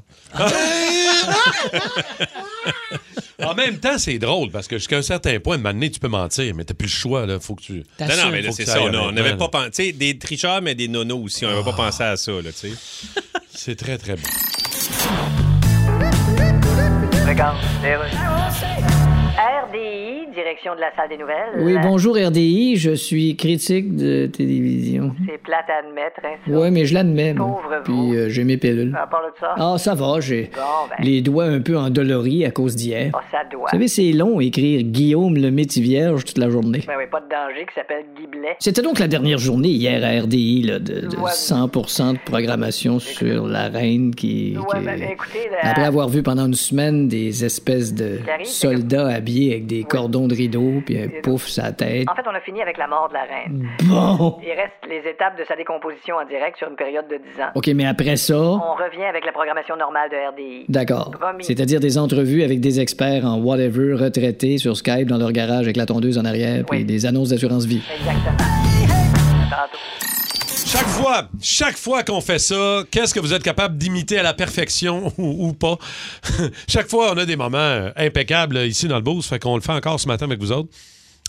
En même temps, c'est drôle parce que jusqu'à un certain point, maintenant, tu peux mentir, mais t'as plus le choix. Là. Faut que tu. Non, non, T'assumes. mais là, Faut c'est que ça ça. aille on a- On honnêtement, n'avait pas là. pensé. tu sais, Des tricheurs, mais des nonos aussi. On n'avait Ah. pas pensé à ça, là, tu sais. C'est très, très bon. Regarde, les rues. RDI, direction de la salle des nouvelles. Oui, bonjour RDI, je suis critique de télévision. C'est plate à admettre, hein, ça. Ouais, mais je l'admets. moi. Puis euh, j'ai mes pilules. À part de ça. Ah, ça va, j'ai Bon, ben. les doigts un peu endoloris à cause d'hier. Ah, ça doit. Vous savez, c'est long écrire Guillaume le métier vierge toute la journée. Ben oui, pas de danger, qui s'appelle Guy Blais. C'était donc la dernière journée hier à RDI là, de, de 100% de programmation sur la reine qui, Ouais, qui- ben, écoutez, la- après avoir vu pendant une semaine des espèces de Qui arrive, c'est soldats habillés avec des cordons de rideau puis un pouf sa tête. En fait, on a fini avec la mort de la reine. Bon. Il reste les étapes de sa décomposition en direct sur une période de 10 ans. Ok, mais après ça, On revient avec la programmation normale de RDI. d'accord. Promis. C'est-à-dire des entrevues avec des experts en whatever retraités sur Skype dans leur garage avec la tondeuse en arrière puis des annonces d'assurance vie. Chaque fois, chaque fois qu'on fait ça, qu'est-ce que vous êtes capable d'imiter à la perfection ou, ou pas? chaque fois, on a des moments euh, impeccables ici dans le Beauce, fait qu'on le fait encore ce matin avec vous autres.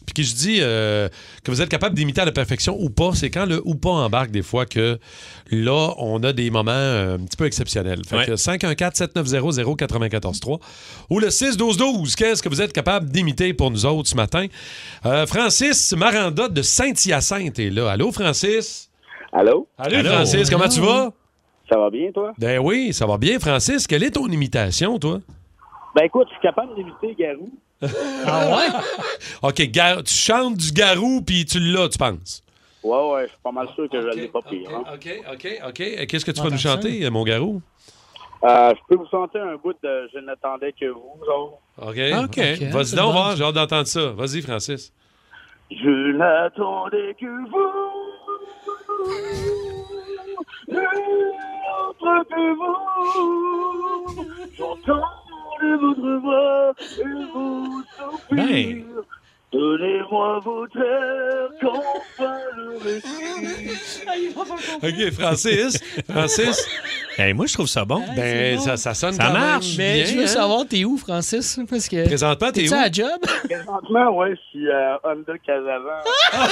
Puis que je dis euh, que vous êtes capable d'imiter à la perfection ou pas, c'est quand le ou pas embarque des fois que là, on a des moments euh, un petit peu exceptionnels. Fait que 514-790-0943 ou le 6-12-12, qu'est-ce que vous êtes capable d'imiter pour nous autres ce matin? Euh, Francis Maranda de Saint-Hyacinthe est là. Allô, Francis? Allô? Allô, Francis, comment tu vas? Ça va bien, toi? Ben oui, ça va bien, Francis. Quelle est ton imitation, toi? Ben écoute, je suis capable d'éviter Garou. Ah ouais? OK, gar- tu chantes du garou, puis tu l'as, tu penses. Ouais, ouais, je suis pas mal sûr que je l'ai pas pire. hein. OK, OK, OK. Et Qu'est-ce que tu vas nous chanter, mon garou? Euh, je peux vous sentir un bout de Je n'attendais que vous autres. OK. OK. Vas-y donc, voir, j'ai hâte d'entendre ça. Vas-y, Francis. Je n'attendais que vous. Autre que vous. J'entends votre voix et vos soupirs. Donnez-moi votre air qu'enfin le Ah, récit. OK, Francis. Francis. Ben, moi, je trouve ça bon. Ben, ça, ça sonne Ça quand même marche. Mais bien, je veux hein? savoir, t'es où, Francis? Parce que... Présentement, t'es T'es-tu où? à la job? Présentement, ouais, je suis à Honda Casavan.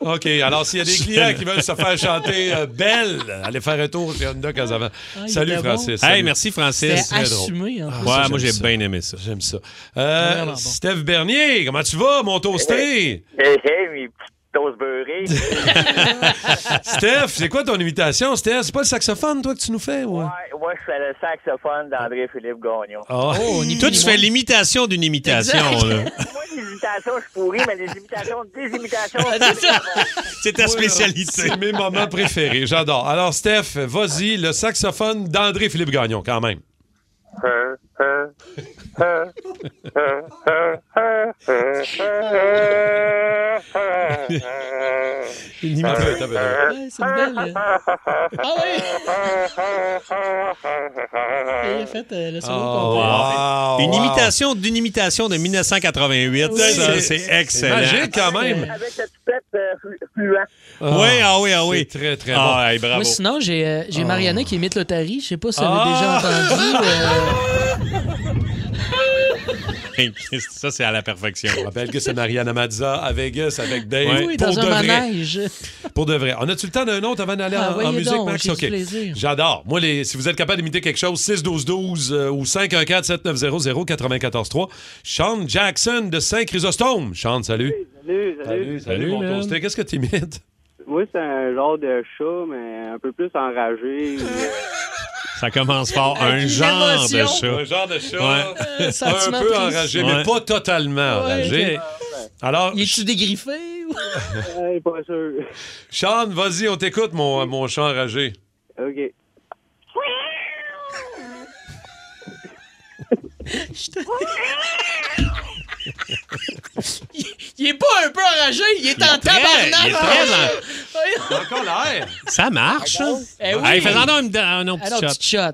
OK, alors s'il y a des clients qui veulent se faire chanter euh, Belle, allez faire un tour hein, chez Honda Casavant. Ah, il salut, était Francis. bon. salut. Hey, merci, Francis. C'était Très drôle. assumé, en plus. Ah, Ouais, ça, j'aime moi, j'ai ça. bien aimé ça. J'aime ça. Euh, Vraiment bon. Steph Bernier, comment tu vas, mon toasté? Hé, hé, mes petites toasts beurrées. Steph, c'est quoi ton imitation, Steph? C'est pas le saxophone, toi, que tu nous fais? Ouais. Moi, je fais le saxophone d'André-Philippe Gagnon. Ah. Toi, tu fais l'imitation d'une imitation. là. Moi, les imitations, je suis pourri, mais les imitations, des imitations, C'est ta spécialité. C'est mes moments préférés, j'adore. Alors, Steph, vas-y, le saxophone d'André-Philippe Gagnon, quand même. Une imitation. Ouais, c'est une euh, belle. Ah oui! Il a fait euh, le solo Ah, Oh, wow. Une imitation d'une imitation de 1988. Oui. Ça, C'est- c'est c'est excellent. magique, quand Avec la toupette euh, flu- fluent. Oui, ah oui, ah oui. C'est très, très Ah, bon. hey, bravo. Moi, sinon, j'ai euh, j'ai Ah. Oh. Mariana qui imite l'Otari. Je sais pas si vous avez déjà Ah! entendu. euh, ça, c'est à la perfection. Je rappelle que c'est Mariana Mazza à Vegas avec Dave. Oui, pour dans de un vrai. manège. Pour de vrai. On a-tu le temps d'un autre avant d'aller Ah, en- en, voyez musique, donc, Max? j'ai du OK. plaisir. J'adore. Moi, les, si vous êtes capable d'imiter quelque chose, 6-12-12 euh, ou 514-790-0943. Sean Jackson de Saint-Chrysostome. Sean, salut. Salut, salut. mon toasté. Qu'est-ce que tu imites? Moi, c'est un genre de chat, mais un peu plus enragé. Ça commence fort. Un genre de L'émotion. chat. Un genre de chat. Ouais. Ah, un peu enragé, mais Ouais. pas totalement enragé. Alors, Il est-tu dégriffé? ou- Ouais, pas sûr. Sean, vas-y, on t'écoute, mon, mon chat enragé. OK. Il est pas un peu enragé, il est Il est en très- tabarnak. il est très en- Encore l'air. Ça marche. ça. Eh oui. Hey, Fais-en donc une- un autre Alors, petit shot.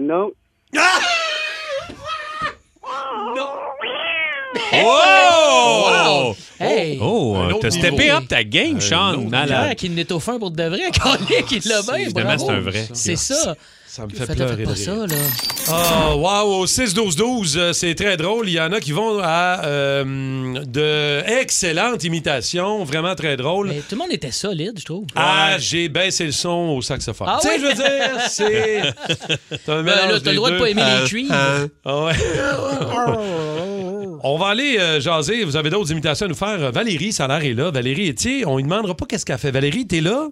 non. Oh! Wow! Hey! Oh, Un euh, autre t'as niveau. steppé up ta game, Un Sean. autre malade. joueur qui n'est au fin pour de vrai, Collier, qui l'a bien. Évidemment, bravo. c'est un vrai. C'est ça. Ça me Faites- fait faites pleurer de pas rire. ça, là. Ah, wow, au 6-12-12, euh, c'est très drôle. Il y en a qui vont à euh, de excellentes imitations, vraiment très drôles. Mais tout le monde était solide, je trouve. Ah, j'ai baissé le son au saxophone. Ah tu sais, oui? je veux dire, c'est. t'as un Ben mélange là, t'as le des droit de deux. pas aimer les Ah, cuivres. ah, ah ouais. On va aller euh, jaser. Vous avez d'autres imitations à nous faire. Euh, Valérie Salaire est là. Valérie Etier, on lui demandera pas qu'est-ce qu'elle fait. Valérie, t'es là?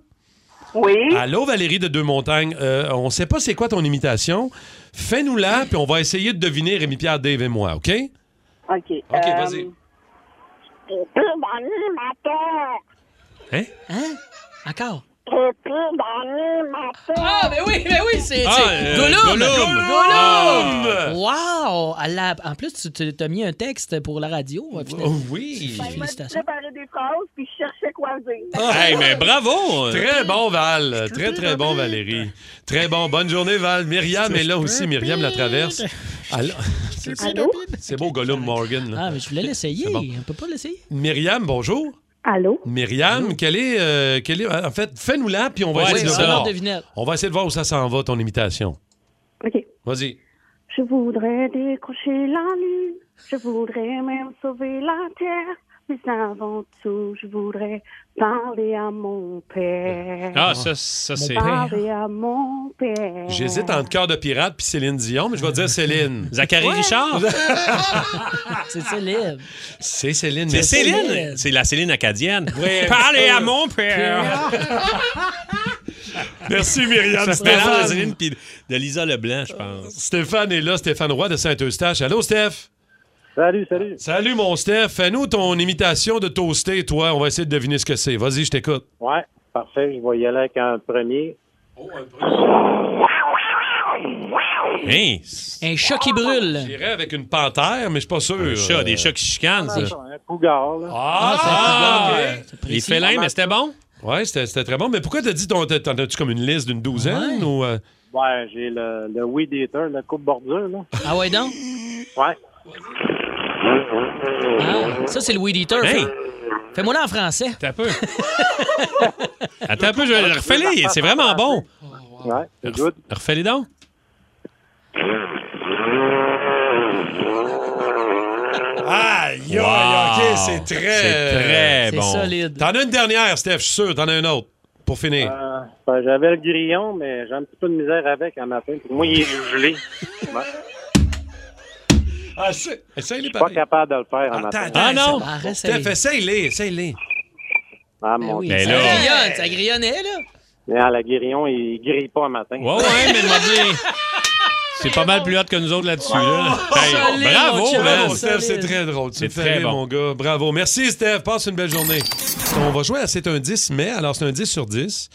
Oui. Allô, Valérie de Deux Montagnes. Euh, on sait pas c'est quoi ton imitation. Fais-nous-la, puis on va essayer de deviner Rémi-Pierre, Dave et moi, OK? OK. OK, vas-y. T'es plus d'animateur. Hein? Hein? Encore? T'es plus d'animateur. Ah, mais oui, mais oui, c'est. Ah, c'est- euh, Gollum! Gollum! Gollum! Wow! À la- En plus, tu- tu as mis un texte pour la radio, euh, Oh. finalement. oui! Ben, je me Félicitations. préparais des phrases, puis je cherchais quoi dire. Hey, mais bravo! Très bon, Val. Très, très bon, Valérie. Très bon. Bonne journée, Val. Myriam est là aussi. Myriam la traverse. C'est Allô? c'est beau, Gollum Morgan. là. Ah, mais je voulais l'essayer. On peut pas l'essayer. Myriam, bonjour. Allô? Myriam, quelle est, euh, quelle est- En fait, fais-nous la, puis on va Ouais, essayer de c'est ça. voir. Bonne devinette. On va essayer de voir où ça s'en va, ton imitation. OK. Vas-y. Je voudrais décrocher la lune. Je voudrais même sauver la terre. Mais avant tout, je voudrais parler à mon père. Ah, ça, ça c'est. Parler à mon père. J'hésite entre Cœur de Pirate puis Céline Dion, mais je vais dire Céline. Zachary Richard? C'est ça, libre. C'est Céline. C'est mais- Céline. C'est la Céline acadienne. Oui. Parlez à mon père. Merci, Myriam. Ça se mélange de Stéphane. Céline puis de Lisa Leblanc, je pense. Stéphane est là, Stéphane Roy de Saint-Eustache. Allô, Steph? Salut, salut. Salut, mon Steph. Fais-nous ton imitation de toasté, toi. On va essayer de deviner ce que c'est. Vas-y, je t'écoute. Ouais, parfait. Je vais y aller avec un premier. Hein? Un chat qui brûle. J'irais avec une panthère, mais je suis pas sûr. Un chat, des chats qui chicanent. Un cougar, là. Ah, Ah, ok. Les félins, mais c'était bon. Ouais, c'était c'était très bon. Mais pourquoi t'as dit ton. T'en as-tu comme une liste d'une douzaine ou. euh, Ouais, j'ai le, le Weed Eater, le coupe bordure, là. Ah ouais, donc? Ouais. Ah, ça, c'est le Weed Eater. Hey. Fais- Fais-moi là en français. T'as peu. Attends un peu, je vais le refais-les. C'est vraiment bon. Ouais, c'est good. Refais-les donc. Aïe, aïe, Wow. ok, c'est très. C'est très C'est bon. solide. T'en as une dernière, Steph, je suis sûr. T'en as une autre. Pour finir. Euh, ben, J'avais le grillon, mais j'ai un petit peu de misère avec à matin. Pour moi, il est gelé. Ouais. Ah, c'est- essaye-les Je suis pas pareil. capable de le faire à Attends, matin. attends, non. essaye- Arrête, Steph, essaye. essaye-les, essaye-les. Ah, mon Oui, Dieu. ça grillonne, ça grillonnait, là. Mais à la guérillon, il grille pas un matin. Ouais, ouais, mais m'a dit. C'est pas mal plus hot que nous autres là-dessus. là. Hey, Oh, solide, mon bravo, chum, man. Bravo, Steph, c'est très drôle. Tu C'est me fais très rire, bon. mon gars. Bravo. Merci, Steph. Passe une belle journée. On va jouer à C'est un 10 mai. Alors, c'est un 10 sur 10.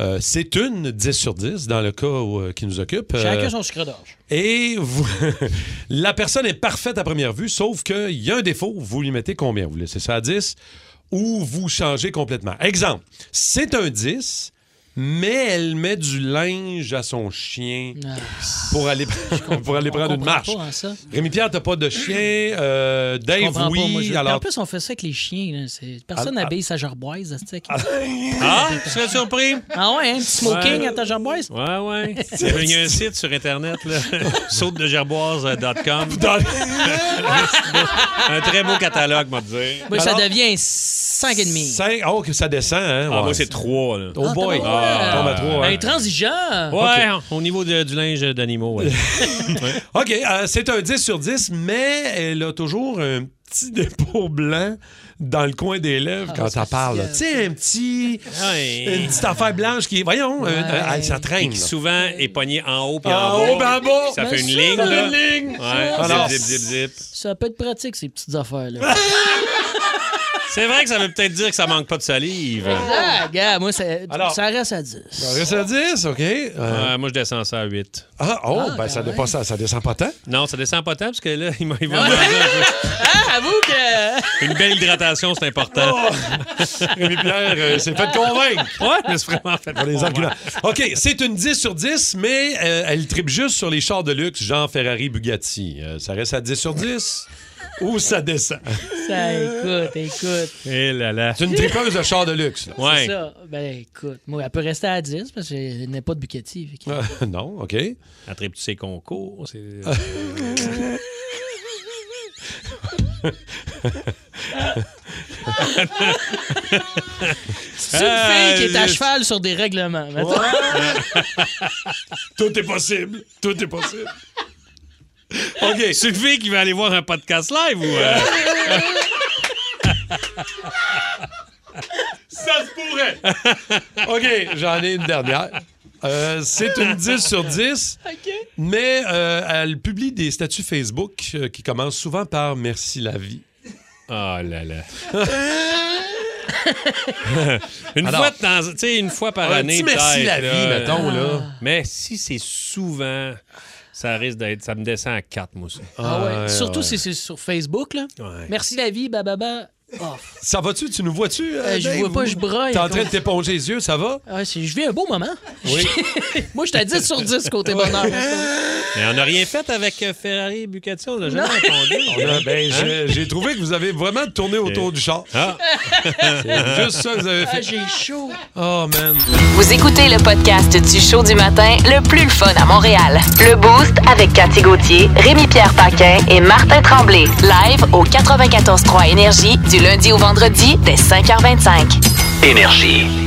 Euh, c'est une 10 sur 10 dans le cas où, euh, qui nous occupe. Euh, Chacun son sucre d'orge. Et vous- la personne est parfaite à première vue, sauf qu'il y a un défaut. Vous lui mettez combien? Vous laissez ça à 10 ou vous changez complètement. Exemple, c'est un 10, mais elle met du linge à son chien pour aller, pour aller prendre une Ah. marche. comprends pas, hein, ça. Rémi-Pierre, t'as pas de chien. euh, Je Dave, comprends pas, oui. moi, je- En alors, plus, on fait ça avec les chiens. là, c'est- Personne Ah, ah. n'habille sa gerboise. là, tu sais. Ah, tu serais surpris? Ah ouais, un petit smoking Ouais. à ta gerboise? Ouais, ouais. Il y a un site sur Internet, là. sautedegerboise.com. un très beau catalogue, moi, te dire. Moi, ça Alors, devient 5,5. cinq- oh, que ça descend, hein? Ah, ouais. moi, c'est 3, là. Oh boy. Ah, Tombe à trois, Ben, hein. Intransigeant! Ouais, au niveau de- du linge d'animaux, ouais. OK, euh, c'est un 10 sur 10, mais elle a toujours un petit dépôt blanc dans le coin des lèvres quand elle parle. là. Tu sais, un petit. Une petite affaire blanche qui est. Voyons, un- un- hey, ça Et traîne. qui là. souvent est pogné en haut puis en, En haut, ben en bas. Ça Ben fait une ça, ligne, ça fait là. une ligne. Ouais. Alors- Zip, zip, zip, zip. Ça peut être pratique, ces petites affaires-là. C'est vrai que ça veut peut-être dire que ça manque pas de salive. ah, gars, moi, ça, Alors- Ben, ça reste à 10. Ça reste à 10, OK. Euh, Ouais, moi, je descends ça à 8. Ah, oh, ben ça, dépasse- ça descend pas tant. Non, ça descend pas tant parce que là, il m'a il va Ouais. me dire Ah, avoue que... que Une belle hydratation, c'est important. Rémi-Pierre Oh! euh, s'est fait convaincre. Ouais, mais c'est vraiment fait. Pour les arguments. OK, c'est une 10 sur 10, mais euh, elle tripe juste sur les chars de luxe, genre Ferrari, Bugatti. Euh, ça reste à 10 sur 10. ou ça descend. Ça, écoute, écoute. Eh là là. C'est une tripeuse de char de luxe. là. C'est ça. Ben, écoute, moi, elle peut rester à 10 parce qu'elle n'est pas de Bucati. fait que- Euh, non, OK. Attrape tous ses concours. c'est- C'est une fille qui est à cheval sur des règlements. mettons. Tout est possible. Tout est possible. OK. C'est une fille qui va aller voir un podcast live ou. euh? Ça se pourrait. OK, j'en ai une dernière. Euh, c'est une 10 sur 10, mais euh, elle publie des statuts Facebook euh, qui commencent souvent par Merci la vie. Oh là là. une, Alors, fois de temps- tu sais, une fois par un année. petit merci peut-être, la vie, là. Ah. mettons, là. Mais si c'est souvent, ça risque d'être. Ça me descend à 4, moi aussi. Ah ouais. Surtout si c'est sur Facebook. Là. Merci la vie, bababa. Oh, Ça va-tu? Tu nous vois-tu? Euh, je vois pas, je broye. T'es en train de t'éponger les yeux, ça va? Ah, c'est- je vis un beau moment. Oui. Moi, je à 10 sur 10 côté bonheur. Mais on n'a rien fait avec euh, Ferrari et Bucati. On n'a jamais On a- entendu. ben, Hein? j'ai- J'ai trouvé que vous avez vraiment tourné autour du char. C'est juste ça que vous avez fait. Ah, j'ai chaud. Oh, man. Vous écoutez le podcast du show du matin le plus le fun à Montréal. Le Boost avec Cathy Gauthier, Rémi-Pierre Paquin et Martin Tremblay. Live au 94.3 Énergie du lundi au vendredi dès 5h25. Énergie.